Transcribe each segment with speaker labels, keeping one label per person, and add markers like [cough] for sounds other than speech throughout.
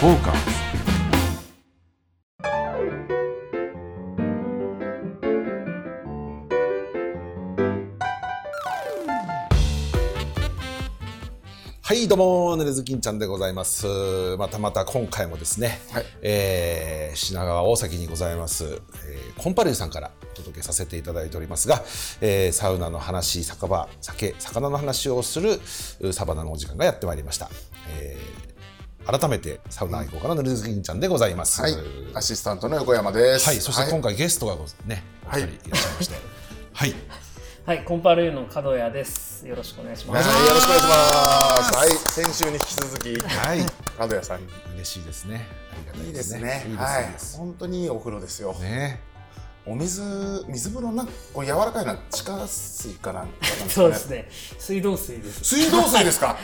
Speaker 1: フォーカスはいどうもぬれずきんちゃんでございますまたまた今回もですね、
Speaker 2: はい
Speaker 1: えー品川大崎にございます、えーコンパルーさんからお届けさせていただいておりますが、えーサウナの話酒場酒魚の話をするうサバナのお時間がやってまいりました、えー改めてサウナ愛好家のぬれずきんちゃんでございます、
Speaker 2: はい、アシスタントの横山です。
Speaker 1: はい、そして今回ゲストがござね、
Speaker 2: はい
Speaker 1: お二人いらっしゃいまして、はい、
Speaker 3: はい、コンパルーの角谷です。よろしくお願いしま
Speaker 2: はい、
Speaker 3: す。
Speaker 2: はいよろしくお願いします。はい、先週に引き続き、
Speaker 1: はい、
Speaker 2: 角谷さんに。
Speaker 1: 嬉しいですね。ありがた
Speaker 2: い
Speaker 1: い
Speaker 2: い
Speaker 1: で
Speaker 2: ですす
Speaker 1: ね
Speaker 2: ね。。はい、本当にいいお風呂ですよ。
Speaker 1: いね、
Speaker 2: お水、水風呂なんか、こう柔らかいな、地下水かなんかなん
Speaker 3: [laughs] そうです。ね。水道水です。
Speaker 2: 水道水ですか。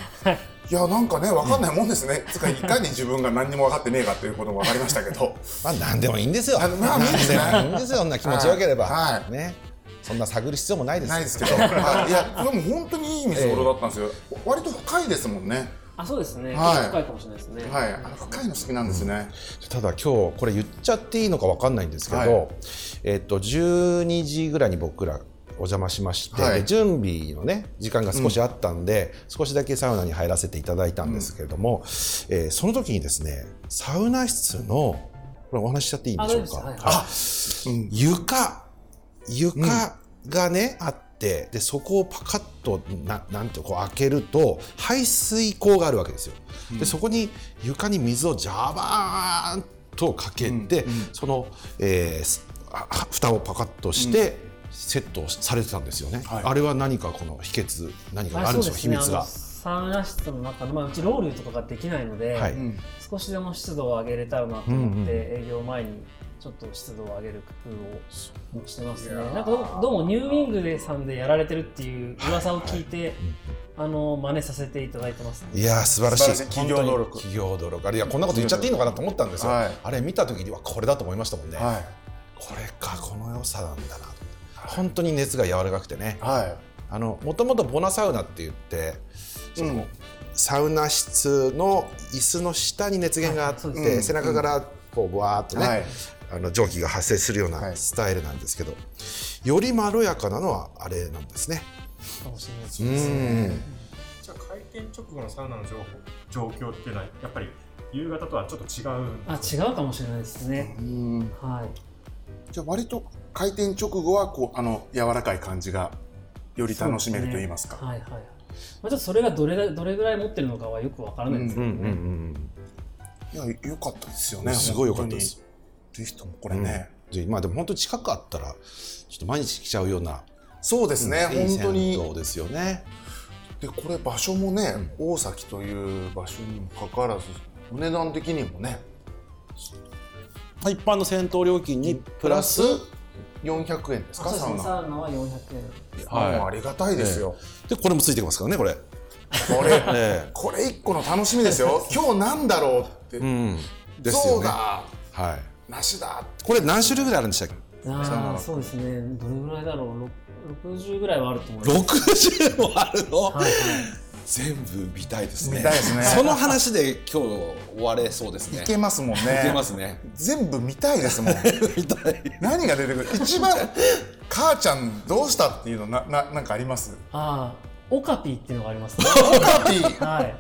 Speaker 2: いや、なんかね、わかんないもんですね。つか、いかに自分が何にも分かってねえかということも分かりましたけど。
Speaker 1: まあ何でもいいんですよ。
Speaker 2: あのまあ
Speaker 1: 何
Speaker 2: いいです
Speaker 1: で
Speaker 2: ね
Speaker 1: もいいんですよ。そんな気持ちよければ、
Speaker 2: はいはい
Speaker 1: ね、そんな探る必要もないです。
Speaker 2: ないですけど、はいいや、でも本当にいい水風呂だったんですよ。割と深いですもんね。
Speaker 3: あ、そうですね。
Speaker 2: はい
Speaker 3: 結構深いかもしれないですね。
Speaker 2: はい、あの深いの好きなんですね。
Speaker 1: ただ今日これ言っちゃっていいのかわかんないんですけど、
Speaker 2: はい
Speaker 1: えっと12時ぐらいに僕らお邪魔しまして、
Speaker 2: はい
Speaker 1: で準備のね時間が少しあったんで、少しだけサウナに入らせていただいたんですけれども、えーその時にですねサウナ室のこれお話ししちゃっていいんでしょうか、
Speaker 3: あ大丈夫です
Speaker 1: あ
Speaker 3: はい
Speaker 2: うん
Speaker 1: 床床がね、あってでそこをパカッとななんていうのこう開けると排水口があるわけですよ。でそこに床に水をジャバーンとかけて、その、えーすああ蓋をパカッとして。セットをされてたんですよね、
Speaker 2: はい
Speaker 1: あれは何かこの秘訣何か
Speaker 3: あ
Speaker 1: あるんで
Speaker 3: そ
Speaker 1: し
Speaker 3: う
Speaker 1: ょう
Speaker 3: です
Speaker 1: 秘密
Speaker 3: ねあの
Speaker 1: が
Speaker 3: サウナ室の中の、まあ、うちロウリュとかができないので、
Speaker 1: はい、
Speaker 2: うん
Speaker 3: 少しでも湿度を上げれたらなと思って、
Speaker 1: うん
Speaker 3: 営業前にちょっと湿度を上げる工夫をしてますね。
Speaker 2: いやー
Speaker 3: なんかどうもどうもニューウィングでさんでやられてるっていう噂を聞いて、あの真似させていただいてます、ね。
Speaker 1: いやー素晴らしい
Speaker 2: 素晴らしい企業努力
Speaker 1: 本当に企業努力あれいやこんなこと言っちゃっていいのかなと思ったんですよ、
Speaker 2: はい
Speaker 1: あれ見た時にはこれだと思いましたもんね、
Speaker 2: はい。
Speaker 1: これかこの良さなんだなと思って本当に熱が柔らかくてね
Speaker 2: は
Speaker 1: あのもともとボナサウナって言ってその、
Speaker 2: うん
Speaker 1: サウナ室の椅子の下に熱源があ
Speaker 3: あ
Speaker 1: って、
Speaker 3: そうですね
Speaker 1: 背中からこうぶわーっとね、
Speaker 2: はい
Speaker 1: あの蒸気が発生するよう
Speaker 2: は
Speaker 1: ないスタイルなんですけど、よりまろやかなのはあれなんですね。
Speaker 3: かもしれないです
Speaker 1: う。ん
Speaker 4: じゃあ開店直後のサウナの情報状況っていうのはやっぱり夕方とはちょっと違うん
Speaker 3: あ、
Speaker 4: です
Speaker 3: 違
Speaker 4: よ
Speaker 3: うかもしれないですね
Speaker 2: い。。うん。
Speaker 3: はい。
Speaker 2: じゃあ割と開店直後はこうあの柔らかい感じがより楽しめると言いますか。
Speaker 3: はいはいはい。まあ、ちょっとそれがどれだどれぐらい持ってるのかはよくわからないですけどね。
Speaker 2: いや良かったですよ
Speaker 1: う
Speaker 2: ね。
Speaker 1: ん、すごい良かったです。
Speaker 2: 本当に。ぜひともこれね。
Speaker 1: でまあでも本当に近くあったらちょっと毎日来ちゃうような、
Speaker 2: そうですね。
Speaker 1: いい
Speaker 2: 本当に。
Speaker 1: 銭湯ですよね。
Speaker 2: でこれ場所もね、大崎という場所にもかかわらずお値段的にもね
Speaker 1: まあ一般の銭湯料金にプラス、
Speaker 2: 400円です
Speaker 3: あ
Speaker 2: か
Speaker 3: そ
Speaker 2: サウ
Speaker 3: うですね
Speaker 2: ナ。
Speaker 3: サウナは400円。
Speaker 1: はい
Speaker 2: もうありがたいですよ。
Speaker 1: でこれもついてきますからねこれ。
Speaker 2: こ
Speaker 1: [laughs]
Speaker 2: れ
Speaker 1: え
Speaker 2: これ一個の楽しみですよ。今日なんだろうって。
Speaker 1: うん。です
Speaker 2: そ
Speaker 1: よ
Speaker 2: う
Speaker 1: ね。
Speaker 2: だ。
Speaker 1: はい。
Speaker 2: 梨だ。
Speaker 1: これ何種類ぐらいあるんでしたっけ？
Speaker 3: ああ、そうですね。どれぐらいだろうろく。60ぐらいはあると思います。
Speaker 1: 六十もあるの。
Speaker 3: はいはい。
Speaker 1: 全部見たいですね。
Speaker 2: 見たいですね
Speaker 1: その話で今日終われそうですね。
Speaker 2: いけますもんね。
Speaker 1: いけますね。
Speaker 2: 全部見たいですもん
Speaker 1: [laughs] 見たい。
Speaker 2: 何が出てくる一番母ちゃんどうしたっていうのなななんかあります
Speaker 3: ああ、オカピーっていうのがありますね。
Speaker 2: オカピー
Speaker 3: はい。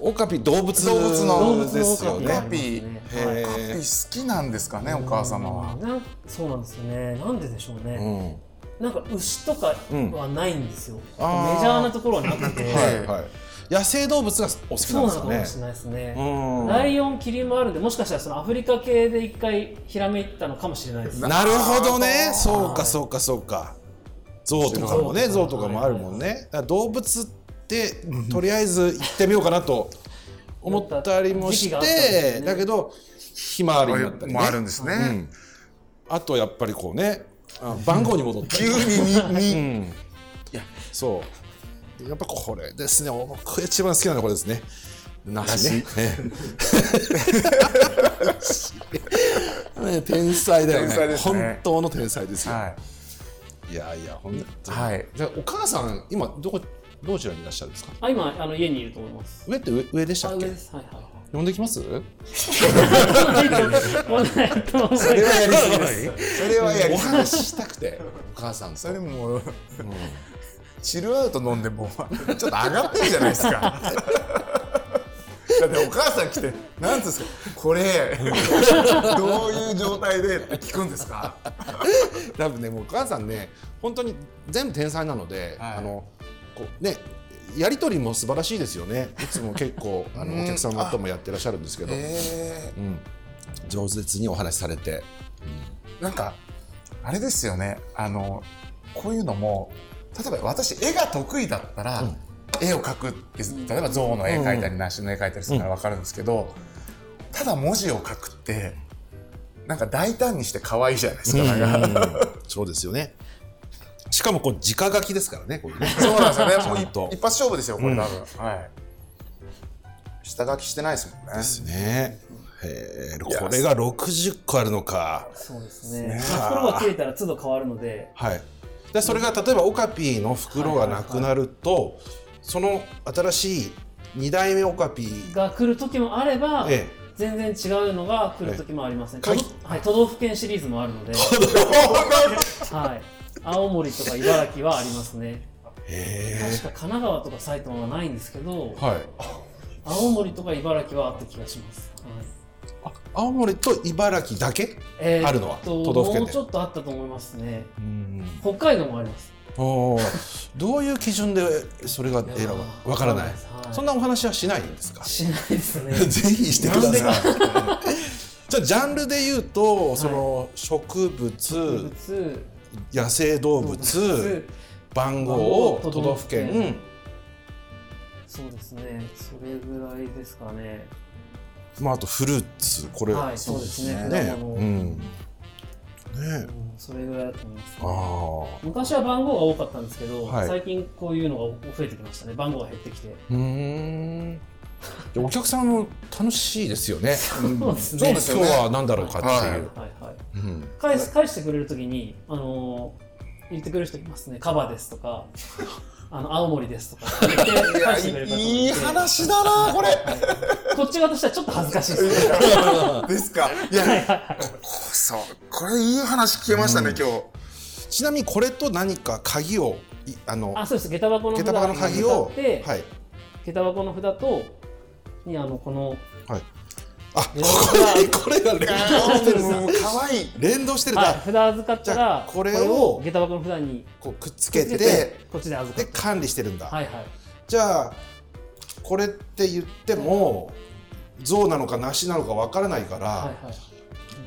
Speaker 1: オカピ動物
Speaker 2: 動物の
Speaker 3: 動物
Speaker 1: で
Speaker 3: のオ
Speaker 1: す
Speaker 3: カ
Speaker 1: よ
Speaker 3: ピーがあ
Speaker 1: ね。
Speaker 3: りますね。
Speaker 1: へ
Speaker 3: はい
Speaker 1: え
Speaker 2: オカピー好きなんですかねお母様は
Speaker 3: なんそうなんですよね。なんででしょう
Speaker 1: う
Speaker 3: ね。
Speaker 1: ん。
Speaker 3: なんか牛とかはないんですよ。
Speaker 1: あー
Speaker 3: メジャーなところはなくて。
Speaker 2: はい
Speaker 1: はい。野生動物がお好きな
Speaker 3: そうなの
Speaker 1: ん
Speaker 3: かも
Speaker 1: で
Speaker 3: し
Speaker 1: すかね。
Speaker 3: れないですね。
Speaker 1: うん
Speaker 3: ライオン、キリンもあるんで、もしかしたらそのアフリカ系で一回ひらめいたのかもしれないですね。
Speaker 1: なるほどね。
Speaker 2: あー
Speaker 1: そうかそうかそうか。象とかもね、象
Speaker 3: 象
Speaker 1: と
Speaker 3: と
Speaker 1: か
Speaker 3: か
Speaker 1: もあるもんね。だから動物ってとりあえず行ってみようかなと思ったりもし
Speaker 3: 時期があったんです
Speaker 1: て、
Speaker 3: よね
Speaker 1: だけどひまわりになったりね。
Speaker 2: もあるんですね、
Speaker 1: うんあとやっぱりこうねあ番号に戻ったり
Speaker 2: 急ににに
Speaker 1: うんそうやっぱこれですね僕一番好きなのはこれですね梨ねね天才だよね
Speaker 2: 天才ですね
Speaker 1: 本当の天才ですよ、、
Speaker 2: はい
Speaker 1: やいや本当に、
Speaker 2: はい
Speaker 1: じゃあお母さん今どこどちらにいらっしゃるんですか
Speaker 3: あ、今あの家にいると思います。
Speaker 1: 上って上上でした
Speaker 3: あ、
Speaker 1: っ
Speaker 3: 上
Speaker 1: け
Speaker 3: です。はいはい。
Speaker 1: 呼んできます
Speaker 3: もうないと思う
Speaker 1: それはやりすぎです
Speaker 2: それは
Speaker 1: [laughs]
Speaker 2: や
Speaker 1: お
Speaker 2: り
Speaker 1: 話ししたくてお母さん
Speaker 2: そ
Speaker 1: と
Speaker 2: れもうチルアウト飲んでもうちょっと上がってるじゃないですかだってお母さん来て「なんつうんですかこれどういう状態で?」って聞くんですか
Speaker 1: 多分ねもうお母さんね本当に全部天才なので、
Speaker 2: はい
Speaker 1: あのこうねやり取りも素晴らしいですよねいつも結 [laughs] 構あのお客様ともやってらっしゃるんですけど、
Speaker 2: え
Speaker 1: うん、上舌にお話しされて
Speaker 2: ー、なんかあれですよねあのこういうのも例えば私絵が得意だったら、
Speaker 1: うん
Speaker 2: 絵を描くって例えば象の絵描いたり梨の絵描いたりするなら分かるんですけど、ただ文字を書くってなんか大胆にして可愛いじゃないですか。なんか
Speaker 1: [laughs] そうですよねしかもこう直書きですからねこれね [laughs]
Speaker 2: そうなんですよね。
Speaker 1: ゃん
Speaker 2: もう一
Speaker 1: と
Speaker 2: 一発勝負ですよ、これ多分。はい。下書きしてないですもんね。
Speaker 1: ねへーこれが60個あるのか
Speaker 3: そうですね袋が切れたら都度変わるので
Speaker 1: はいでそれが例えばオカピーの袋がなくなると、その新しい2代目オカピー
Speaker 3: が来る時もあれば、
Speaker 1: え
Speaker 3: 全然違うのが来る時もありますね、
Speaker 1: ええ
Speaker 3: 都道はい、都道府県シリーズもあるので、はい、青森とか茨城はありますね
Speaker 1: え
Speaker 3: 確か神奈川とか埼玉はないんですけど
Speaker 1: はい
Speaker 3: 青森とか茨城はあった気がします、はい
Speaker 1: あ青森と茨城だけ
Speaker 3: えーっと
Speaker 1: あるのは都道府県
Speaker 3: もう
Speaker 1: で
Speaker 3: ちょっとあったと思いますね
Speaker 1: うん
Speaker 3: 北海道もあります
Speaker 1: おーどういう基準でそれが選ばわからない
Speaker 3: はい
Speaker 1: そんなお話はしないんですか
Speaker 3: しないで
Speaker 1: [laughs]
Speaker 3: すね
Speaker 1: ぜひしてください。じゃあジャンルで言うとその植物、
Speaker 3: 動物
Speaker 1: 野生動物番号を
Speaker 3: 番
Speaker 1: 都道
Speaker 3: 号
Speaker 1: 府
Speaker 3: 都道府
Speaker 1: 県
Speaker 3: そうですねそれぐらいですかね
Speaker 1: まああとフルーツこれ
Speaker 3: はいそうですね
Speaker 1: ね
Speaker 3: 果物
Speaker 1: うんねえ
Speaker 3: うんそれぐらいだと思います
Speaker 1: ああ
Speaker 3: 昔は番号が多かったんですけど、
Speaker 1: はい
Speaker 3: 最近こういうのが増えてきましたね番号が減ってきて
Speaker 1: うーんでお客さんも楽しいですよね
Speaker 3: そうです
Speaker 1: 今
Speaker 3: ね
Speaker 1: 日は何だろうかっていう、
Speaker 3: はいはい
Speaker 1: うん
Speaker 3: 返す返してくれるときに、あのー言ってくれる人いますね「カバです」
Speaker 1: [laughs]
Speaker 3: とか「あの青森です」とか言って返してくれる方もて
Speaker 2: いい話だな、これ。
Speaker 3: こっち側としてはちょっと恥ずかしいで
Speaker 1: [laughs]
Speaker 3: すね
Speaker 2: ですか。いや、こそう、これいい話聞けましたね、今日。
Speaker 1: ちなみにこれと何か鍵をいあの
Speaker 3: あそうです下駄箱の
Speaker 1: 下
Speaker 3: 札
Speaker 1: 駄箱の鍵を
Speaker 3: に向かって
Speaker 1: はい
Speaker 3: 下駄箱の札とにあのこの
Speaker 1: はいあこれこれが連動してる
Speaker 2: もう可愛い。
Speaker 1: 連動してる
Speaker 3: はい
Speaker 1: な
Speaker 3: 札預かった
Speaker 1: じゃ
Speaker 3: ら
Speaker 1: あこれを
Speaker 3: 下駄箱の札に
Speaker 1: こうくっつけて
Speaker 3: くっつけてこっちで預か
Speaker 1: で
Speaker 3: る
Speaker 1: 管理してるんだ、
Speaker 3: はいはい
Speaker 1: じゃあこれって言っても象なのか梨なのかわからないから、
Speaker 3: はいはい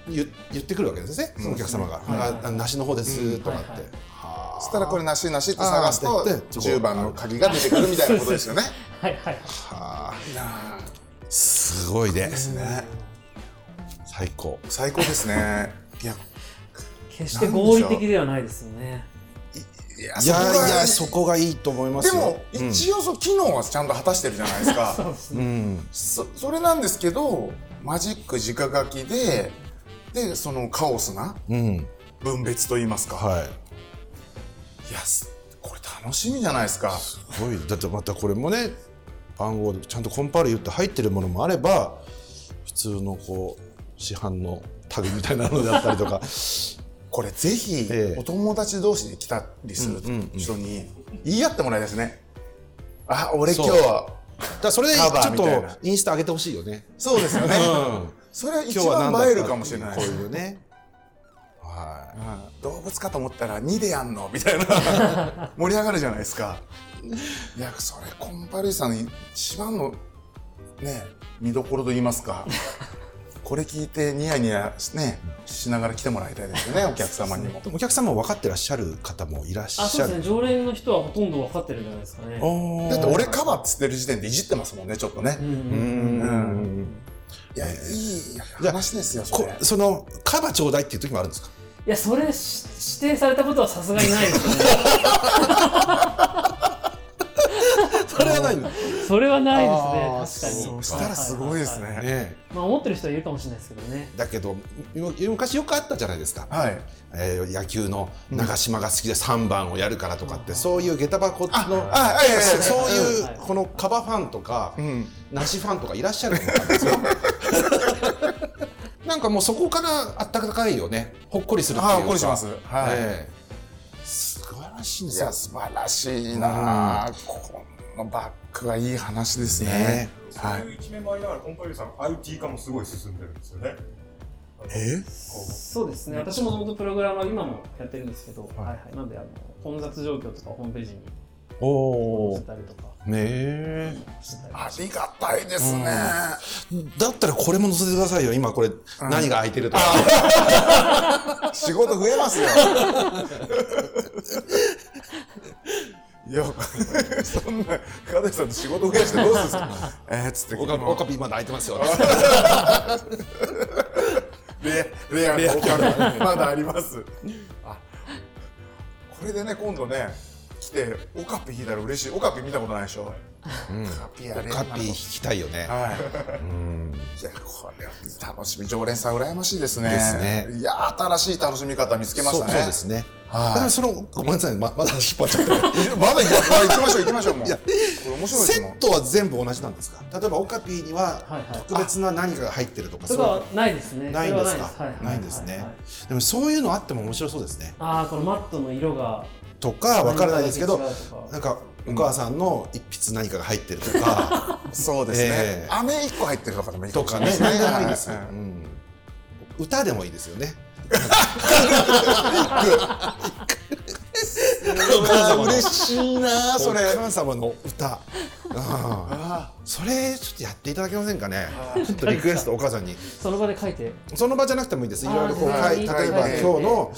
Speaker 1: 言言ってくるわけですね、そのお客様が「
Speaker 3: うんはい
Speaker 1: ああ梨の方です」とかって、
Speaker 3: うんはいはい
Speaker 1: はあ
Speaker 2: そしたらこれなしなしって探す
Speaker 1: あー
Speaker 2: と
Speaker 1: ででそこ
Speaker 2: 10番の鍵が出てくるみたいなこと [laughs] ですよね。
Speaker 3: はいはい
Speaker 1: はあ
Speaker 2: いや
Speaker 1: すごいね
Speaker 2: ーね
Speaker 1: 最高
Speaker 2: 最高ですね。いや、
Speaker 3: 決して合理的ではないですよね
Speaker 2: い
Speaker 1: いやいや
Speaker 2: そ
Speaker 1: そこがいいと思いま
Speaker 2: です
Speaker 1: よ
Speaker 2: も、一応そう機能はちゃんと果たしてるじゃないですか。
Speaker 3: そうです
Speaker 1: うん、
Speaker 3: ね
Speaker 1: うん
Speaker 2: [laughs] そそれなんですけどマジック直書きででそのカオスな
Speaker 1: うん
Speaker 2: 分別といいますか、
Speaker 1: はい
Speaker 2: い、やすこれ楽しみじゃないですか
Speaker 1: すごいだってまたこれもね番号でちゃんとコンパール言って入ってるものもあれば普通のこう市販のタグみたいなのだったり
Speaker 2: [laughs]
Speaker 1: とか
Speaker 2: これぜひ、
Speaker 1: ええ
Speaker 2: お友達同士で来たりす
Speaker 1: うん
Speaker 2: る
Speaker 1: うんうん
Speaker 2: 人に言い合ってもらいたいですね、あ俺今
Speaker 1: そう
Speaker 2: 日は
Speaker 1: だからそれでち
Speaker 2: カバ
Speaker 1: ょ
Speaker 2: ー
Speaker 1: っ
Speaker 2: みたいな
Speaker 1: とインスタ上げてほしいよね
Speaker 2: そうですよね、
Speaker 1: うん
Speaker 2: それは一
Speaker 1: 今日は何だ
Speaker 2: 番映えるかもしれない
Speaker 1: こ
Speaker 2: で
Speaker 1: う
Speaker 2: す、
Speaker 1: いうねは
Speaker 2: うん動物かと思ったら2でやんのみたいな
Speaker 1: [laughs]
Speaker 2: 盛り上がるじゃないですかいやそれコンパルイさんの一番のね見どころと言いますかこれ聞いてニヤニヤし,、ね、しながら来てもらいたいですよねお客様にも
Speaker 1: いお客様も分かってらっしゃる方もいらっし
Speaker 3: あそ
Speaker 1: ゃ
Speaker 3: うです
Speaker 1: る
Speaker 3: ね常連の人はほとんど分かってるんじゃないですかね
Speaker 1: おー
Speaker 2: だって俺カバーっつってる時点でいじってますもんねちょっとね
Speaker 3: うんうん
Speaker 1: うんうんうん
Speaker 2: いやいい話ですよそ
Speaker 1: こ
Speaker 2: れ
Speaker 1: そのカバーちょうだいっていう時もあるんですか
Speaker 3: いやそれし指定されたことはさすがにないですね
Speaker 1: それはないないね
Speaker 3: それはない
Speaker 2: あー
Speaker 3: ですね確かに
Speaker 2: そうしたらすごいです
Speaker 3: はは
Speaker 2: ね。
Speaker 3: は
Speaker 1: え
Speaker 3: まあ思ってる人はいるかもしれないですけどね
Speaker 1: だけどむ昔よくあったじゃないですか、
Speaker 2: はい。
Speaker 1: えー野球の長嶋が好きで3番をやるからとかって、そういう下駄箱の
Speaker 2: あ、はいはいはい。
Speaker 1: そういう、
Speaker 3: はい
Speaker 1: このカバファンとか、
Speaker 2: うん。
Speaker 1: なしファンとかいらっしゃると思うんですよ。なんかもうそこからあったかいよね、ほっこりするっていう
Speaker 2: あ
Speaker 1: か。
Speaker 2: あ、怒りします。はい。
Speaker 1: ええ素晴らしいんで
Speaker 2: い
Speaker 1: すよ
Speaker 2: や。素晴らしいなあ、このバックはいい話ですね
Speaker 1: ね
Speaker 2: は
Speaker 4: そういう一面もありながら、コンパイルさん、IT 化もすごい進んでるんですよね。あの
Speaker 2: え
Speaker 4: こ
Speaker 3: そうですね私もともとプログラマー今もやってるんですけど、
Speaker 1: い
Speaker 3: はいはい、なのであの混雑状況とかホームページに
Speaker 1: おお
Speaker 3: 載せ。たりとか
Speaker 1: ねえ。
Speaker 3: してたり
Speaker 2: ありがたいですね、
Speaker 1: うんだったらこれも載せてくださいよ。今これ、何が空いてるとか。 [laughs]
Speaker 2: [laughs] 仕事増えますよいやそんな加藤さんと仕事増やしてどうするんですか [laughs] えーっつって
Speaker 1: オカピ、オカピまだ空いてますよ。
Speaker 2: レレアなオカルトまだありますあこれでね今度ね来てオカピ引いたら嬉しいオカピ見たことないでしょ、
Speaker 1: うん
Speaker 2: オカピやれ
Speaker 1: オカピ弾きたいよね。
Speaker 2: はい
Speaker 1: うん。
Speaker 2: いやこれは楽しみ常連さん羨ましいですね。
Speaker 1: ですね
Speaker 2: いや新しい楽しみ方見つけましたね。
Speaker 1: そうそうですね。だ
Speaker 2: はい
Speaker 1: からその、ごめんなさい、まま [laughs] だ引っ張っちゃった。
Speaker 2: いやまだ行きままだ行きましょう行きましょうもう。
Speaker 1: いや
Speaker 2: これ面白いです
Speaker 1: セ
Speaker 2: もん
Speaker 1: ッ。トは全部同じなんですか例えばオカピに
Speaker 3: はい
Speaker 1: は
Speaker 3: はい
Speaker 1: 特別な何かが入ってるとか
Speaker 3: とか
Speaker 1: そう
Speaker 3: はないですね
Speaker 1: ないんですか
Speaker 3: それは
Speaker 1: ない
Speaker 3: はいはい
Speaker 1: んですね
Speaker 3: はいはい
Speaker 1: でもそういうのあっても面白そうですね
Speaker 3: ああこのマットの色が
Speaker 1: とかわからないですけどな
Speaker 3: 何かだけ違うとか
Speaker 1: んかお母さんの一筆何かが入ってるとか
Speaker 2: そうです
Speaker 1: え
Speaker 2: ね
Speaker 1: え。
Speaker 2: 飴一個入ってるとかでもいいか
Speaker 1: と
Speaker 2: もしれ
Speaker 1: か
Speaker 2: ない
Speaker 1: ね
Speaker 2: ですね。
Speaker 1: 何でもいいです
Speaker 2: は
Speaker 1: よ
Speaker 2: [laughs]
Speaker 1: うん歌でもいいですよね
Speaker 2: い。
Speaker 1: お母様の
Speaker 2: 嬉しいなそれ。
Speaker 1: お母様の歌うん
Speaker 2: あ
Speaker 1: それちょっとやっていただけませんかねちょっとリクエストお母さんに
Speaker 3: その場で書いて
Speaker 1: その場じゃなくてもいいですいろいろこう
Speaker 3: あ
Speaker 1: 書
Speaker 3: ー
Speaker 1: い例え
Speaker 2: 全
Speaker 1: ば
Speaker 2: 然いい
Speaker 1: 今日の
Speaker 3: はいはいはい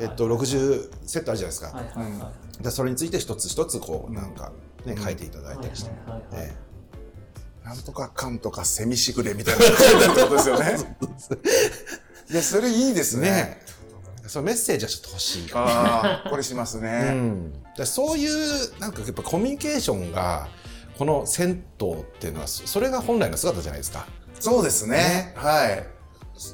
Speaker 1: えっと60セットあるじゃないですか
Speaker 3: はいはいはいは
Speaker 1: でそれについて一つ一つこうなんかね、
Speaker 2: うん
Speaker 1: 書いていただい
Speaker 3: い
Speaker 1: たりして、
Speaker 3: はいはいはい
Speaker 1: え
Speaker 2: あなんとかかんとかセミしぐれみたいなのが書いてあるってことですよね。 [laughs] いやそれいいです
Speaker 1: え
Speaker 2: ね。
Speaker 1: ねえそのメッセージはちょっと欲しいか
Speaker 2: ああこれします
Speaker 1: ら、う
Speaker 2: ね。
Speaker 1: ん、でそういうなんかやっぱコミュニケーションがこの銭湯っていうのはそそれが本来の姿じゃないですか、
Speaker 2: そうですね。はい。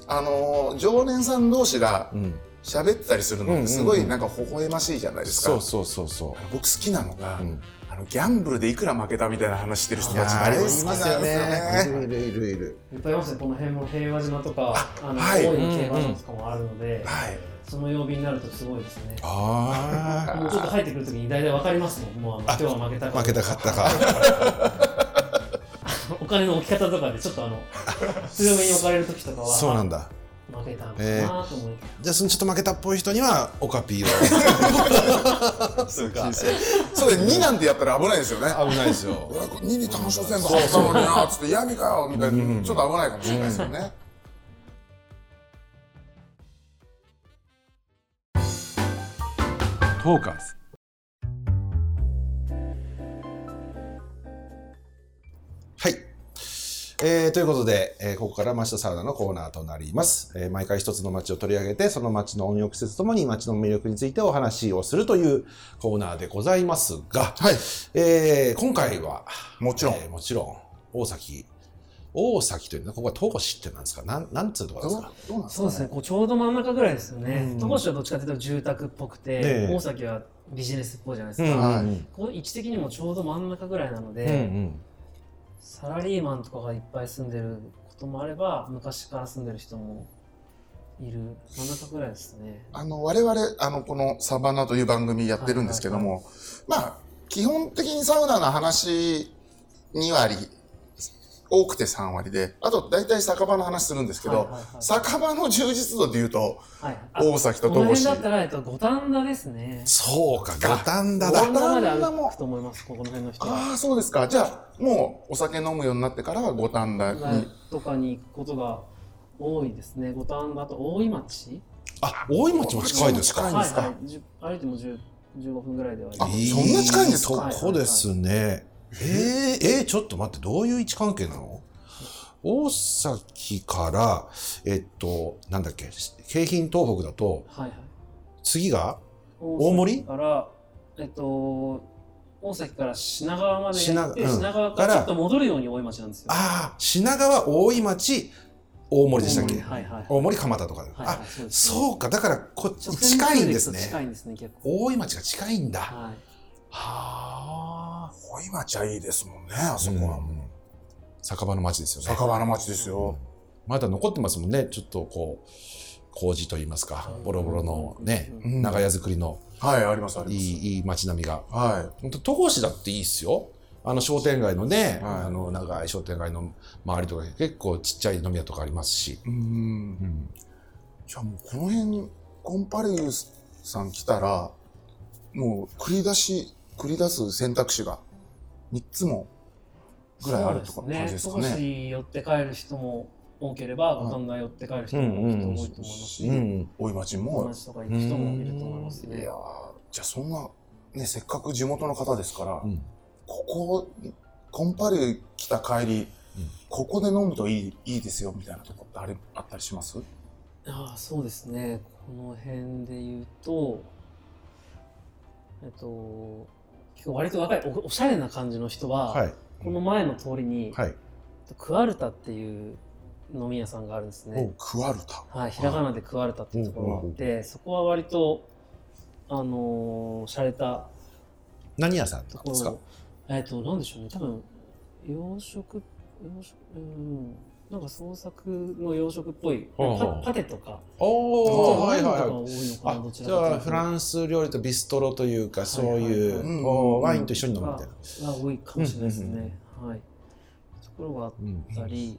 Speaker 2: あのー常連さん同士が
Speaker 1: うん、
Speaker 2: 喋ってたりするの
Speaker 1: うんうんう
Speaker 2: っ
Speaker 1: ん
Speaker 2: てすごいなんか微笑ましいじゃないですか。
Speaker 1: そうそうそうそ
Speaker 2: 僕好きなのが、
Speaker 1: う、うん、
Speaker 2: あのギャンブルでいくら負けたみたいな話してる人たち
Speaker 3: あー
Speaker 2: あれ
Speaker 3: い
Speaker 2: 好
Speaker 3: ま
Speaker 2: き
Speaker 3: す
Speaker 2: なんですよね。
Speaker 1: いるいるいるいる
Speaker 3: いっぱいいますね、この辺も平和島とか、あの、
Speaker 2: はい
Speaker 3: 大井の競馬場とかもあるので、
Speaker 2: はい。
Speaker 3: その曜日になるとすごいですね。
Speaker 1: あ
Speaker 3: もうちょっと入ってくるときに大体わかりますもん、もうあの今日は負けた
Speaker 1: あ
Speaker 3: か
Speaker 1: 負けたかったか
Speaker 3: お金の置き方とかで、ちょっ
Speaker 1: [laughs]
Speaker 3: とあの、強めに置かれるときとかは、
Speaker 1: そうなん
Speaker 3: だ
Speaker 1: だ
Speaker 3: 負けたのか
Speaker 1: え
Speaker 3: なと思います。
Speaker 1: じゃあそのちょっと負けたっぽい人にはオカピーを
Speaker 2: そうか。そうで2なんてやったら危ないですよね。
Speaker 1: 危ないですよ
Speaker 2: 俺これ2に単勝戦が入ったのになっつって闇かよみたいなちょっと危ないかもしれないですよね。
Speaker 1: トーカーズはい、えーということで、えーここから町とサウナのコーナーとなります、えー毎回一つの町を取り上げてその町の温浴施設ともに町の魅力についてお話をするというコーナーでございますが、
Speaker 2: はい。
Speaker 1: えー今回は
Speaker 2: もちろん
Speaker 1: えーもちろん大崎大崎というのはここは東市ってなんですかなんなんつうところですか
Speaker 2: どうなんです
Speaker 3: そう
Speaker 2: か
Speaker 3: ですね、こうちょうど真ん中ぐらいですよね。
Speaker 1: うん
Speaker 3: 戸越はどっちかというと住宅っぽくて、
Speaker 1: ええ
Speaker 3: 大崎はビジネスっぽいじゃないで
Speaker 1: う
Speaker 3: す
Speaker 1: ん
Speaker 3: か。
Speaker 1: うん
Speaker 3: ここ位置的にもちょうど真ん中ぐらいなので、
Speaker 1: うんうん
Speaker 3: サラリーマンとかがいっぱい住んでることもあれば昔から住んでる人もいる真ん中ぐらいですね
Speaker 2: あの我々あのこの「サバナ」という番組やってるんですけども、まあ基本的にサウナの話2割多くて3割であと大体酒場の話するんですけど、
Speaker 3: はいはいはい
Speaker 2: 酒場の充実度でいうと
Speaker 3: はいあ
Speaker 2: 大崎と
Speaker 3: この
Speaker 2: 戸
Speaker 3: 辺
Speaker 2: 越
Speaker 3: だったらえっと五反田ですね
Speaker 1: そうか五反田
Speaker 3: 五
Speaker 1: だ
Speaker 3: 反田まで
Speaker 2: 五反田
Speaker 3: 歩
Speaker 2: も
Speaker 3: くと思いますここの辺の人は
Speaker 2: ああそうですかじゃあもうお酒飲むようになってからは五反田に、
Speaker 3: とかに行くことが多いですね五反田と大井町
Speaker 1: あ大井町も近いですか
Speaker 2: 近いんですか
Speaker 3: はいはいじゅ歩いても10 15分ぐらいではあり
Speaker 2: あ
Speaker 3: ます
Speaker 2: そんな近いんですか
Speaker 1: とこですね。えー、えーちょっと待って、どういう位置関係なの大崎から、えっと、なんだっけ、京浜東北だと、
Speaker 3: はいはい
Speaker 1: 次が、
Speaker 3: 大
Speaker 1: 森
Speaker 3: 崎からえっと大崎から品川まで行って
Speaker 1: 品
Speaker 3: 品,、
Speaker 1: うん
Speaker 3: 川からちょっと戻るように大井町なんですよ。
Speaker 1: ああ品川大井町大森でしたっけ、
Speaker 3: 大森はいはい。
Speaker 1: 大森蒲田とか、
Speaker 3: はい
Speaker 1: あ
Speaker 3: はい、そうですね
Speaker 1: そうかだからこっち
Speaker 3: 直線
Speaker 1: 近いんです
Speaker 3: 距離と近
Speaker 1: ね
Speaker 3: いんですね、結構。
Speaker 1: 大井町が近いんだは
Speaker 3: はい。
Speaker 1: あ
Speaker 2: 大井町はいいですもんねあそこはもう、
Speaker 1: 酒場の町ですよね
Speaker 2: 酒場の町ですよ、
Speaker 1: まだ残ってますもんねちょっとこう麹といいますかボロボロのね
Speaker 3: うん
Speaker 2: うん
Speaker 1: 長屋造りの
Speaker 2: はいありますあり
Speaker 1: い
Speaker 2: ます
Speaker 1: いいい街並みが
Speaker 2: は
Speaker 1: 本当戸越だっていいっすよあの商店街のね、
Speaker 2: はい
Speaker 1: あの長い商店街の周りとか結構ちっちゃい飲み屋とかありますし、
Speaker 2: いうんじゃあもうこの辺にコンパレルさん来たらもう繰り出し繰り出す選択肢が3つもぐらいあるとか
Speaker 3: そう
Speaker 2: 感じですか
Speaker 3: 少
Speaker 2: ね
Speaker 3: し寄って帰る人も多ければ、
Speaker 2: はい
Speaker 3: 五反田寄って帰る人もきっと多いと思いますし、
Speaker 2: うん大井町
Speaker 3: 友
Speaker 2: も
Speaker 3: 達とか行く人もいると思います
Speaker 2: いやー
Speaker 3: ね。
Speaker 2: じゃあそんな、ね、せっかく地元の方ですから、
Speaker 1: うん
Speaker 2: ここコンパレル来た帰り、ここで飲むといいいいですよみたいなとこってあれあったりします
Speaker 3: ああそうですねこの辺で言うとえっと結構割と若いおおしゃれな感じの人は、
Speaker 1: はい
Speaker 3: この前の通りに、
Speaker 1: はい
Speaker 3: クワルタっていう飲み屋さんがあるんですね、
Speaker 2: クワルタ
Speaker 3: はい、ひらがなでクワルタっていうところがあってそこは割とあのー、洒落た
Speaker 1: 何屋さん
Speaker 3: とこ
Speaker 1: ですか
Speaker 3: ろえっとなんでしょうね多分洋食洋食うんなんか創作の洋食っぽい
Speaker 1: はあ
Speaker 3: パ
Speaker 1: はあ
Speaker 3: パテとか
Speaker 1: お
Speaker 2: ー
Speaker 1: おはいはい
Speaker 3: ワインとか
Speaker 1: は
Speaker 3: が
Speaker 1: い
Speaker 3: 多いのかな
Speaker 1: あ
Speaker 3: どちら
Speaker 1: じ
Speaker 3: かという
Speaker 1: ゃ
Speaker 3: と
Speaker 1: あフランス料理とビストロというかそうい
Speaker 3: はいはいは
Speaker 2: いううん
Speaker 1: おワインと一緒に飲むみたいな、
Speaker 3: が多いかもしれないです
Speaker 1: うんうん
Speaker 3: ね。はい。ところがあっ
Speaker 1: うん
Speaker 3: たり、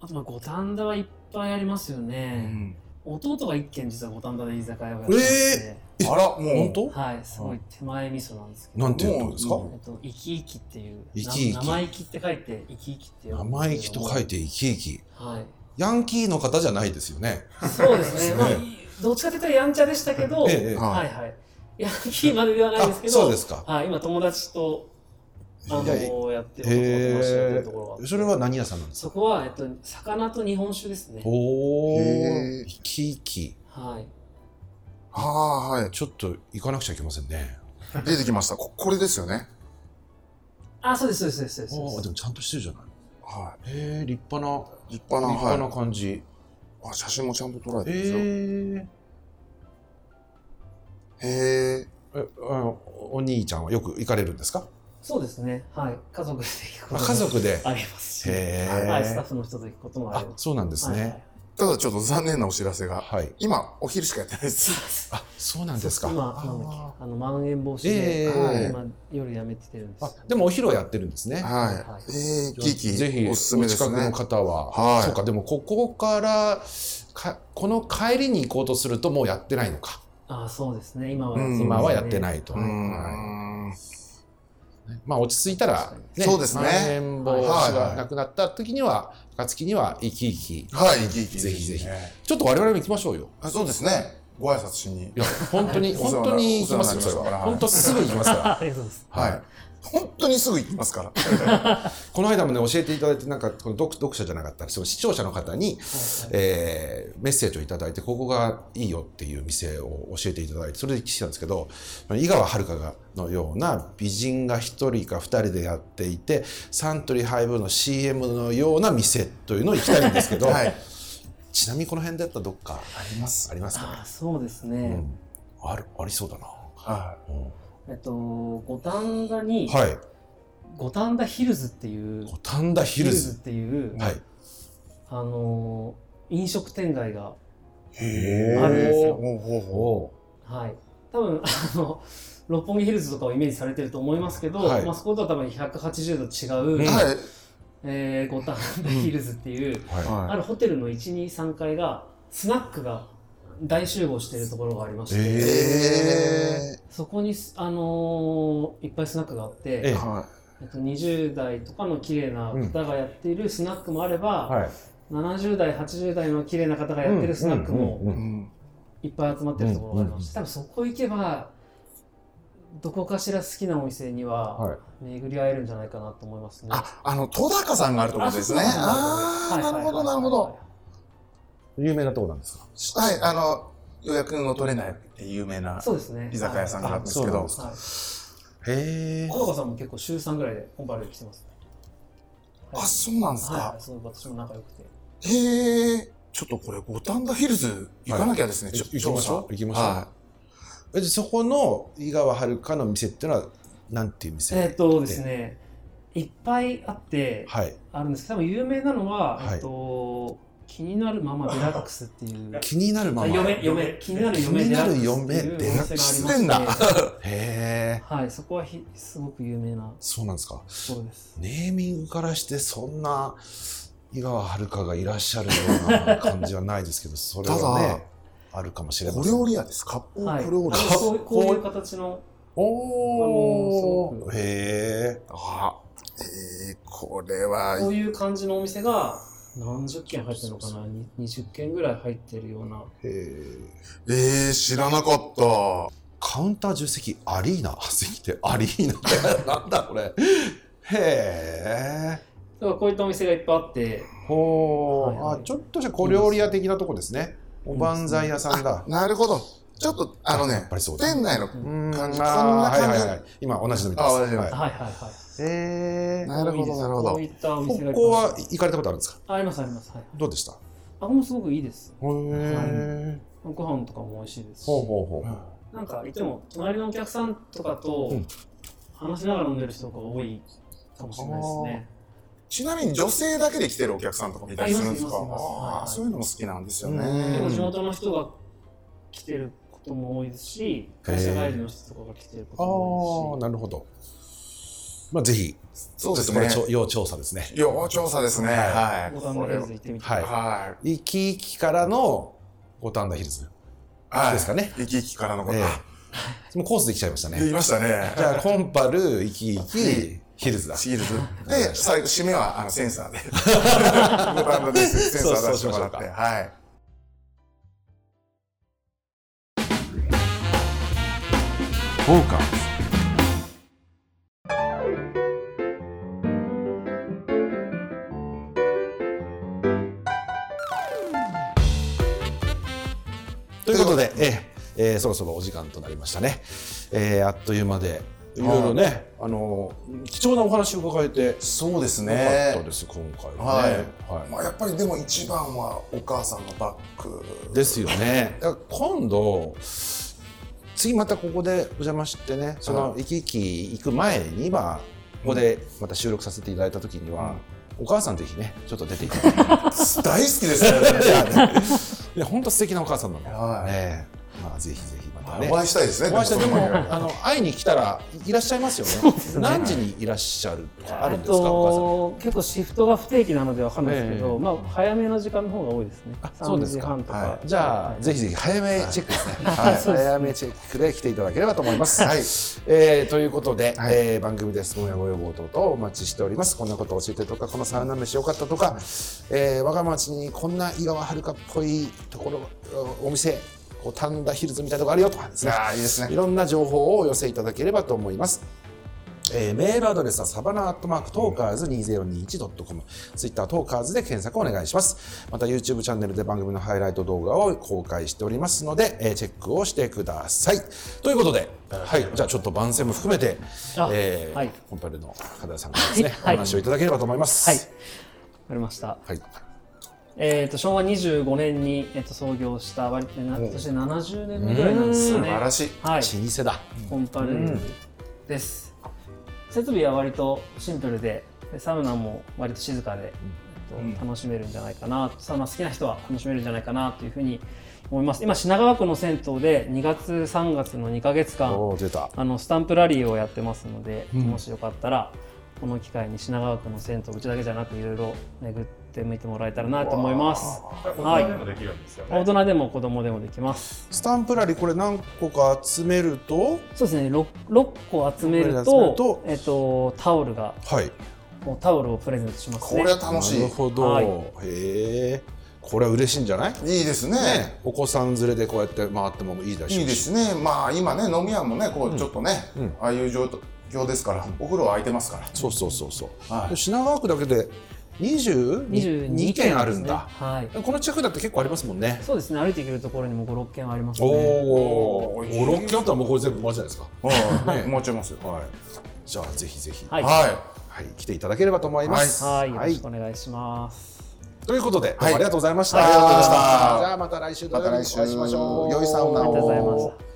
Speaker 3: あとまあ五反田はいっぱいありますよね。弟が一軒実は五反田で居酒屋をやってまして、
Speaker 2: あらもう
Speaker 1: 本当
Speaker 3: はい、すごい手前味噌なんですけど。
Speaker 1: なんていうとこですか
Speaker 2: も
Speaker 3: えっと、生き生きっていう、
Speaker 1: 生き生き
Speaker 3: な生意気って書いて、生き生きっていう。
Speaker 1: 生意気と書い
Speaker 3: て。
Speaker 1: て生き生き
Speaker 3: はい。
Speaker 1: ヤンキーの方じゃないですよね
Speaker 3: そうです
Speaker 1: ね
Speaker 3: ね。まあ、どっちかというとやんちゃでしたけど、
Speaker 1: ええええ
Speaker 3: はいはい。ヤンキーまでではないですけど、
Speaker 1: そうですか
Speaker 3: はい、今友達と、あ
Speaker 1: いや
Speaker 3: の、やって、
Speaker 1: へえ
Speaker 3: 男同士でやってるところがあって
Speaker 1: それは何屋さんなんですか
Speaker 3: そこは、えっと、魚と日本酒ですね。
Speaker 1: おお
Speaker 2: へー
Speaker 1: 生き生き
Speaker 3: はい。
Speaker 2: あーはい
Speaker 1: ちょっと行かなくちゃいけませんね
Speaker 2: 出てきましたここれですよね
Speaker 3: あ、そうです、そうです、そうです
Speaker 1: あ
Speaker 3: そ
Speaker 1: あ
Speaker 3: う
Speaker 1: で
Speaker 3: です。
Speaker 1: もちゃんとしてるじゃない
Speaker 2: は
Speaker 1: へえ立派ない
Speaker 2: 立派
Speaker 1: 立
Speaker 2: な
Speaker 1: 派な
Speaker 2: は
Speaker 1: 感じ、
Speaker 2: い、あ写真もちゃんと撮られてるんですよ
Speaker 1: え
Speaker 2: へえ
Speaker 1: ー、えあのお兄ちゃんはよく行かれるんですか
Speaker 3: そうですね。はい。家族で行くこ
Speaker 1: あ
Speaker 3: とも
Speaker 1: 家族で
Speaker 3: ありますし、
Speaker 1: へー
Speaker 3: はい、スタッフの人と行くこともあ
Speaker 1: あ
Speaker 3: ります。
Speaker 1: そうなんです
Speaker 3: はい
Speaker 1: ね
Speaker 2: ただちょっと残念なお知らせが
Speaker 1: はい、
Speaker 2: 今お昼しかやってないです
Speaker 1: あそうなんですか
Speaker 3: 今、なんだっけあの、まん延防止で、
Speaker 1: え
Speaker 2: え
Speaker 3: はい今、夜やめててるんです
Speaker 1: あ
Speaker 3: よ。
Speaker 1: でもお昼はやってるんですね
Speaker 2: は。
Speaker 3: はい
Speaker 2: えー、キキ、
Speaker 1: ぜひ
Speaker 2: おすすめです
Speaker 1: お近く
Speaker 2: ね
Speaker 1: の。方は、
Speaker 2: はい
Speaker 1: そうかでもここからかこの帰りに行こうとするともうやってないのか
Speaker 3: あ、そうですね。今は、
Speaker 2: うん
Speaker 1: 今はやってないと、
Speaker 2: うー
Speaker 1: は
Speaker 2: ん。
Speaker 1: いまあ落ち着いたら、ね、
Speaker 2: そうですね
Speaker 1: まん延防止
Speaker 2: は
Speaker 1: が
Speaker 2: い
Speaker 1: なくなった時には暁には生き生き
Speaker 2: はい、キキ。
Speaker 1: ぜひぜひ
Speaker 2: ね
Speaker 1: ちょっと我々も行きましょうよ
Speaker 2: あそうですね。ご挨拶しに
Speaker 1: い。や本当に
Speaker 2: [laughs] お世話
Speaker 1: 本
Speaker 2: にな
Speaker 1: 当に行きますよ
Speaker 2: お
Speaker 1: そ
Speaker 2: 世
Speaker 1: れは
Speaker 2: 話になりました
Speaker 1: 本当すぐ行きますから
Speaker 3: ありがとうございます。
Speaker 2: はい。本当にすぐ行きますから。
Speaker 1: この間もね教えていただいてなんかこの読読者じゃなかったその視聴者の方に、えーメッセージをいただいてここがいいよっていう店を教えていただいてそれで来てたんですけど井川遥がのような美人が1人か2人でやっていてサントリーハイボールの CM のような店というのを行きたいんですけど、
Speaker 2: はい。
Speaker 1: ちなみにこの辺だったらどっか
Speaker 2: あります。
Speaker 1: ありますか
Speaker 3: あ、そうです
Speaker 1: ね、う
Speaker 3: ね。
Speaker 1: んあるありそうだな、
Speaker 2: は
Speaker 1: うん
Speaker 3: えっと、五反田に、
Speaker 1: はい
Speaker 3: 五反田ヒルズっていう、
Speaker 1: 五反田ヒルズ
Speaker 3: っていう、
Speaker 1: はい
Speaker 3: あのー飲食店街が、
Speaker 2: い。へ
Speaker 3: あるんですよ
Speaker 2: ほうほうほ
Speaker 1: お
Speaker 3: はい、多分あの六本木ヒルズとかをイメージされてると思いますけど、
Speaker 1: はい
Speaker 3: まあ、そことは多分180度違う、
Speaker 1: う
Speaker 2: う。
Speaker 1: ん
Speaker 2: はい。
Speaker 3: えー五反田ヒルズっていう、
Speaker 1: うはい
Speaker 2: は
Speaker 3: あるホテルの123階がスナックが大集合しているところがありまして、
Speaker 2: い。
Speaker 1: え
Speaker 2: え
Speaker 3: そこにす、あのーいっぱいスナックがあって、
Speaker 1: え
Speaker 2: ー。
Speaker 1: え
Speaker 2: は
Speaker 3: えっと、20代とかの綺麗な方がやっているスナックもあれば、
Speaker 1: はい
Speaker 3: 70代80代の綺麗な方がやってるスナックも
Speaker 1: うんうん
Speaker 2: い。
Speaker 1: うん
Speaker 2: うん。
Speaker 3: いっぱい集まってるところがありまして、多分そこ行けばどこかしら好きなお店には
Speaker 1: はい
Speaker 3: 巡り合えるんじゃないかなと思いますね。
Speaker 2: あ、あの、戸高さんがあるところですね。あ
Speaker 3: は
Speaker 2: あ
Speaker 3: い
Speaker 2: ー、
Speaker 3: はい
Speaker 2: な
Speaker 3: は
Speaker 2: る
Speaker 3: い
Speaker 2: ほど、なるほど。。
Speaker 1: 有名なとこなんですか。
Speaker 2: はい、あの、予約の取れないって有名な
Speaker 3: そうですね。
Speaker 2: 居酒屋さんがあるんですけ
Speaker 1: あそうなん
Speaker 2: ど
Speaker 1: です。
Speaker 3: はい。はい
Speaker 1: へえ
Speaker 3: 小坂さんも結構週3ぐらいでコンパル来てますね。
Speaker 2: あそうなんですか、
Speaker 3: はい、そう私も仲良くて。
Speaker 2: へえ。ちょっとこれ、五反田ヒルズ行かなきゃですね。
Speaker 1: はい
Speaker 2: ちょ
Speaker 1: 行きましょう行きましょう
Speaker 2: は
Speaker 1: えじゃあそこの井川遥の店っていうのはなんていう店、
Speaker 3: えっとですね、いっぱいあって、
Speaker 1: はい
Speaker 3: あるんですけど、多分有名なのは、
Speaker 1: はい
Speaker 3: えっと、気になるままデラックスっ
Speaker 1: [laughs]
Speaker 3: ていう。
Speaker 1: 気になるま
Speaker 3: あ
Speaker 1: まへ
Speaker 3: 嫁、嫁、気になる嫁
Speaker 1: 気に
Speaker 3: デ
Speaker 1: な
Speaker 3: ラ
Speaker 1: る
Speaker 3: ックスって
Speaker 1: 嫁
Speaker 3: いうお店がありまし
Speaker 2: 失
Speaker 3: て
Speaker 2: 礼な。
Speaker 1: え
Speaker 3: はい、そこはひすごく有名な
Speaker 1: そうなんですか
Speaker 3: ところです。
Speaker 1: ネーミングからしてそんな井川遥がいらっしゃるような感じはないですけどそれは
Speaker 2: ただ
Speaker 1: ねあるかもしれま
Speaker 2: 小
Speaker 1: せん
Speaker 2: 料理屋です。割
Speaker 3: は
Speaker 2: 烹
Speaker 3: い、
Speaker 2: 小料理
Speaker 3: あ
Speaker 2: 屋。
Speaker 3: のそうこういう形の、
Speaker 1: お
Speaker 3: あのすご
Speaker 1: お
Speaker 3: く
Speaker 1: へえ
Speaker 2: あえー、これ
Speaker 3: こ
Speaker 2: は、
Speaker 3: ういう感じのお店が、何十軒入ってるのかな、に20軒ぐらい入ってるような。
Speaker 2: えー、知らなかった。
Speaker 1: カウンター10席アリーナ8席 [laughs] ってアリーナってなんだこれへえ
Speaker 3: だからこういったお店がいっぱいあって、
Speaker 1: ほう、
Speaker 3: はいはい
Speaker 1: あちょっとした小料理屋的なとこですねおばんざい屋さんだ、
Speaker 2: なるほど。ちょっと、あの
Speaker 1: やっ
Speaker 2: ね
Speaker 1: ぱ、りそうだ
Speaker 2: 店内の、
Speaker 1: うーん
Speaker 2: 感じ
Speaker 1: あー
Speaker 2: こんな感じ
Speaker 1: はいはいはい今同じのみたい
Speaker 2: あ同
Speaker 1: で
Speaker 2: じ
Speaker 1: す
Speaker 2: の
Speaker 1: はい
Speaker 3: はいはいはい。
Speaker 1: へえ
Speaker 2: なるほどなるほど
Speaker 3: こういった
Speaker 1: こ
Speaker 3: お店がいっぱい
Speaker 1: こは行かれたことあるんですか
Speaker 3: ありますあります。はいはい。
Speaker 1: どうでしたへ
Speaker 3: あ、ここもすごくいいです。
Speaker 1: え
Speaker 3: ご飯とかも美味しいですし。
Speaker 1: ほうほうほう
Speaker 3: なんか、いつも隣のお客さんとかと
Speaker 1: うん
Speaker 3: 話しながら飲んでる人が多いかもしれないですね。
Speaker 2: ちなみに女性だけで来てるお客さんとかもいたりするんですか
Speaker 3: あいますいますいます
Speaker 2: あーそういうのも好きなんですよ
Speaker 1: うん
Speaker 3: 結構地
Speaker 2: ね。
Speaker 3: 元の人が来てることも多いですし、会社帰りの人とかが来てることも
Speaker 1: あ
Speaker 3: 多
Speaker 1: あ
Speaker 3: い
Speaker 1: なるほどまあぜひ
Speaker 2: そうです
Speaker 1: ちょっ
Speaker 2: ね
Speaker 1: と。これ要調査ですね
Speaker 2: 要調査ですね。は
Speaker 3: で
Speaker 2: い。
Speaker 3: すし、五反
Speaker 2: こ
Speaker 3: 田
Speaker 2: れ
Speaker 3: ヒ
Speaker 2: は
Speaker 3: ルズ行ってみて。
Speaker 1: はい
Speaker 2: はい。
Speaker 1: 生き生きからの五反田ヒルズ
Speaker 2: はい。
Speaker 1: ですかね。
Speaker 2: 生き生きからのこと。
Speaker 1: ええ
Speaker 2: あ
Speaker 1: もうコースできちゃいました
Speaker 2: 言い
Speaker 1: ね
Speaker 2: ましたね。
Speaker 1: じゃあコンパル生き生きヒルズだ
Speaker 2: シールズ。 [laughs] で、最後、締めはあのセンサーで。 [laughs] ボタンのですセンサー出してもらって。
Speaker 1: [laughs] そうそうしましょう
Speaker 2: はい。
Speaker 1: フォーカ [laughs] ということで、えええーそろそろお時間となりましたね。えーあっという間で、いろいろね、あの貴重なお話を伺えて、
Speaker 2: そうです
Speaker 1: 良かった
Speaker 2: ね
Speaker 1: で。す、今回は
Speaker 2: は
Speaker 1: ね。
Speaker 2: い
Speaker 1: はい
Speaker 2: まあ、やっぱりでも一番はお母さんのバッグ。
Speaker 1: ですよね。だから今度次またここでお邪魔してね、その生き生き行く前に今ここでまた収録させていただいた時には、お母さんぜひねちょっと出ていただいて、
Speaker 2: 大好きですよね。 [laughs]
Speaker 1: いや本当素敵なお母さんなの。
Speaker 2: は
Speaker 1: ね
Speaker 2: い
Speaker 1: え、まあぜひぜひまたね。
Speaker 2: お会いしたいですね。
Speaker 1: お会いしたいでも
Speaker 2: その時は
Speaker 1: あの会いに来たらいらっしゃいますよね。
Speaker 3: すね
Speaker 1: 何時にいらっしゃるとかあるんですか、
Speaker 3: えっと
Speaker 1: お母さん。
Speaker 3: 結構シフトが不定期なのでわかんないですけど、
Speaker 1: ええ
Speaker 3: まあ早めの時間の方が多いですね。
Speaker 1: あそうですか
Speaker 3: 3時半とか。
Speaker 2: は
Speaker 1: じゃあ、ぜひぜひ早めチェックですね。はい、
Speaker 3: [laughs] そうですね
Speaker 1: 早めチェックで来ていただければと思います。
Speaker 2: はい
Speaker 1: えーということで、えー番組で質問やご要望等々お待ちしております。こんなこと教えてとか、このサウナ飯良かったとか、えー我が町にこんな井川遥っぽいところ、お店、こう丹田ヒルズみたいなとこあるよとかですね。
Speaker 2: ああ、いいですね
Speaker 1: い。ろんな情報をお寄せいただければと思います。えーメールアドレスはサバナアットマークトーカーズ 2021.com ツイッタートーカーズで検索お願いしますまた YouTube チャンネルで番組のハイライト動画を公開しておりますので、えーチェックをしてくださいということで、はい、じゃあちょっと番宣も含めて、
Speaker 3: あ
Speaker 1: えー
Speaker 3: はい
Speaker 1: コンパルの片田さんからですね、
Speaker 3: はい
Speaker 1: お話をいただければと思います
Speaker 3: はい。わかりました。
Speaker 1: はい、
Speaker 3: えー、と昭和25年に、えー、と創業した割とな今年で70年目ぐらいなんです
Speaker 2: 素
Speaker 3: よね。
Speaker 2: 晴らしい。
Speaker 3: はい、
Speaker 1: 老舗だ
Speaker 3: コンパルです、設備は割とシンプルででサウナも割と静かで、えっと楽しめるんじゃないかなサウナ好きな人は楽しめるんじゃないかなというふうに思います今品川区の銭湯で2月3月の2か月間
Speaker 1: おお出た
Speaker 3: あのスタンプラリーをやってますので、もしよかったらこの機会に品川区の銭湯うちだけじゃなくいろいろ巡ってみてもらえたらなと思います
Speaker 4: 大人でもできるんですよね。
Speaker 3: 大人でも子供でもできます
Speaker 1: スタンプラリーこれ何個か集めると
Speaker 3: そうですね 6, 六個集める
Speaker 1: 六個集める
Speaker 3: と
Speaker 1: と
Speaker 3: えっと、タオルが
Speaker 1: はい
Speaker 3: もうタオルをプレゼントします
Speaker 2: こ
Speaker 3: ね。
Speaker 2: れは楽しい。
Speaker 1: なるほど、
Speaker 3: はい
Speaker 1: へえこれは嬉しいんじゃない、
Speaker 2: いいですね
Speaker 1: ね、お子さん連れでこうやって回ってもいいだし
Speaker 2: いいですね、まあ今ね、飲み屋もね、こうちょっとね、
Speaker 1: うん
Speaker 2: ああいう状況ですから、お風呂は空いてますから、
Speaker 1: そうそうそうそう、
Speaker 2: はい
Speaker 1: で品川区だけで22軒あるんだ、
Speaker 3: ですねはい。
Speaker 1: この近くだって結構ありますもんね
Speaker 3: そうですね。歩いていけるところにも5、6軒あります
Speaker 1: お
Speaker 3: ね。
Speaker 1: お56軒あったらもうこれ全部回るじゃないですか
Speaker 2: は
Speaker 1: ね
Speaker 2: い、持っちゃいますよ。
Speaker 1: はいじゃあぜひぜひ、
Speaker 3: はい。は
Speaker 2: は
Speaker 1: はい来ていただければと思います、
Speaker 3: い。よろしくお願いします。
Speaker 1: ということで、どうも
Speaker 2: はい
Speaker 1: ありがとうございました、
Speaker 2: ありがとうございました
Speaker 1: じゃあまた来週
Speaker 2: い。
Speaker 1: 土曜日にお会いしましょう
Speaker 2: 良いサウナ
Speaker 3: ありがとうございま
Speaker 2: を
Speaker 3: した。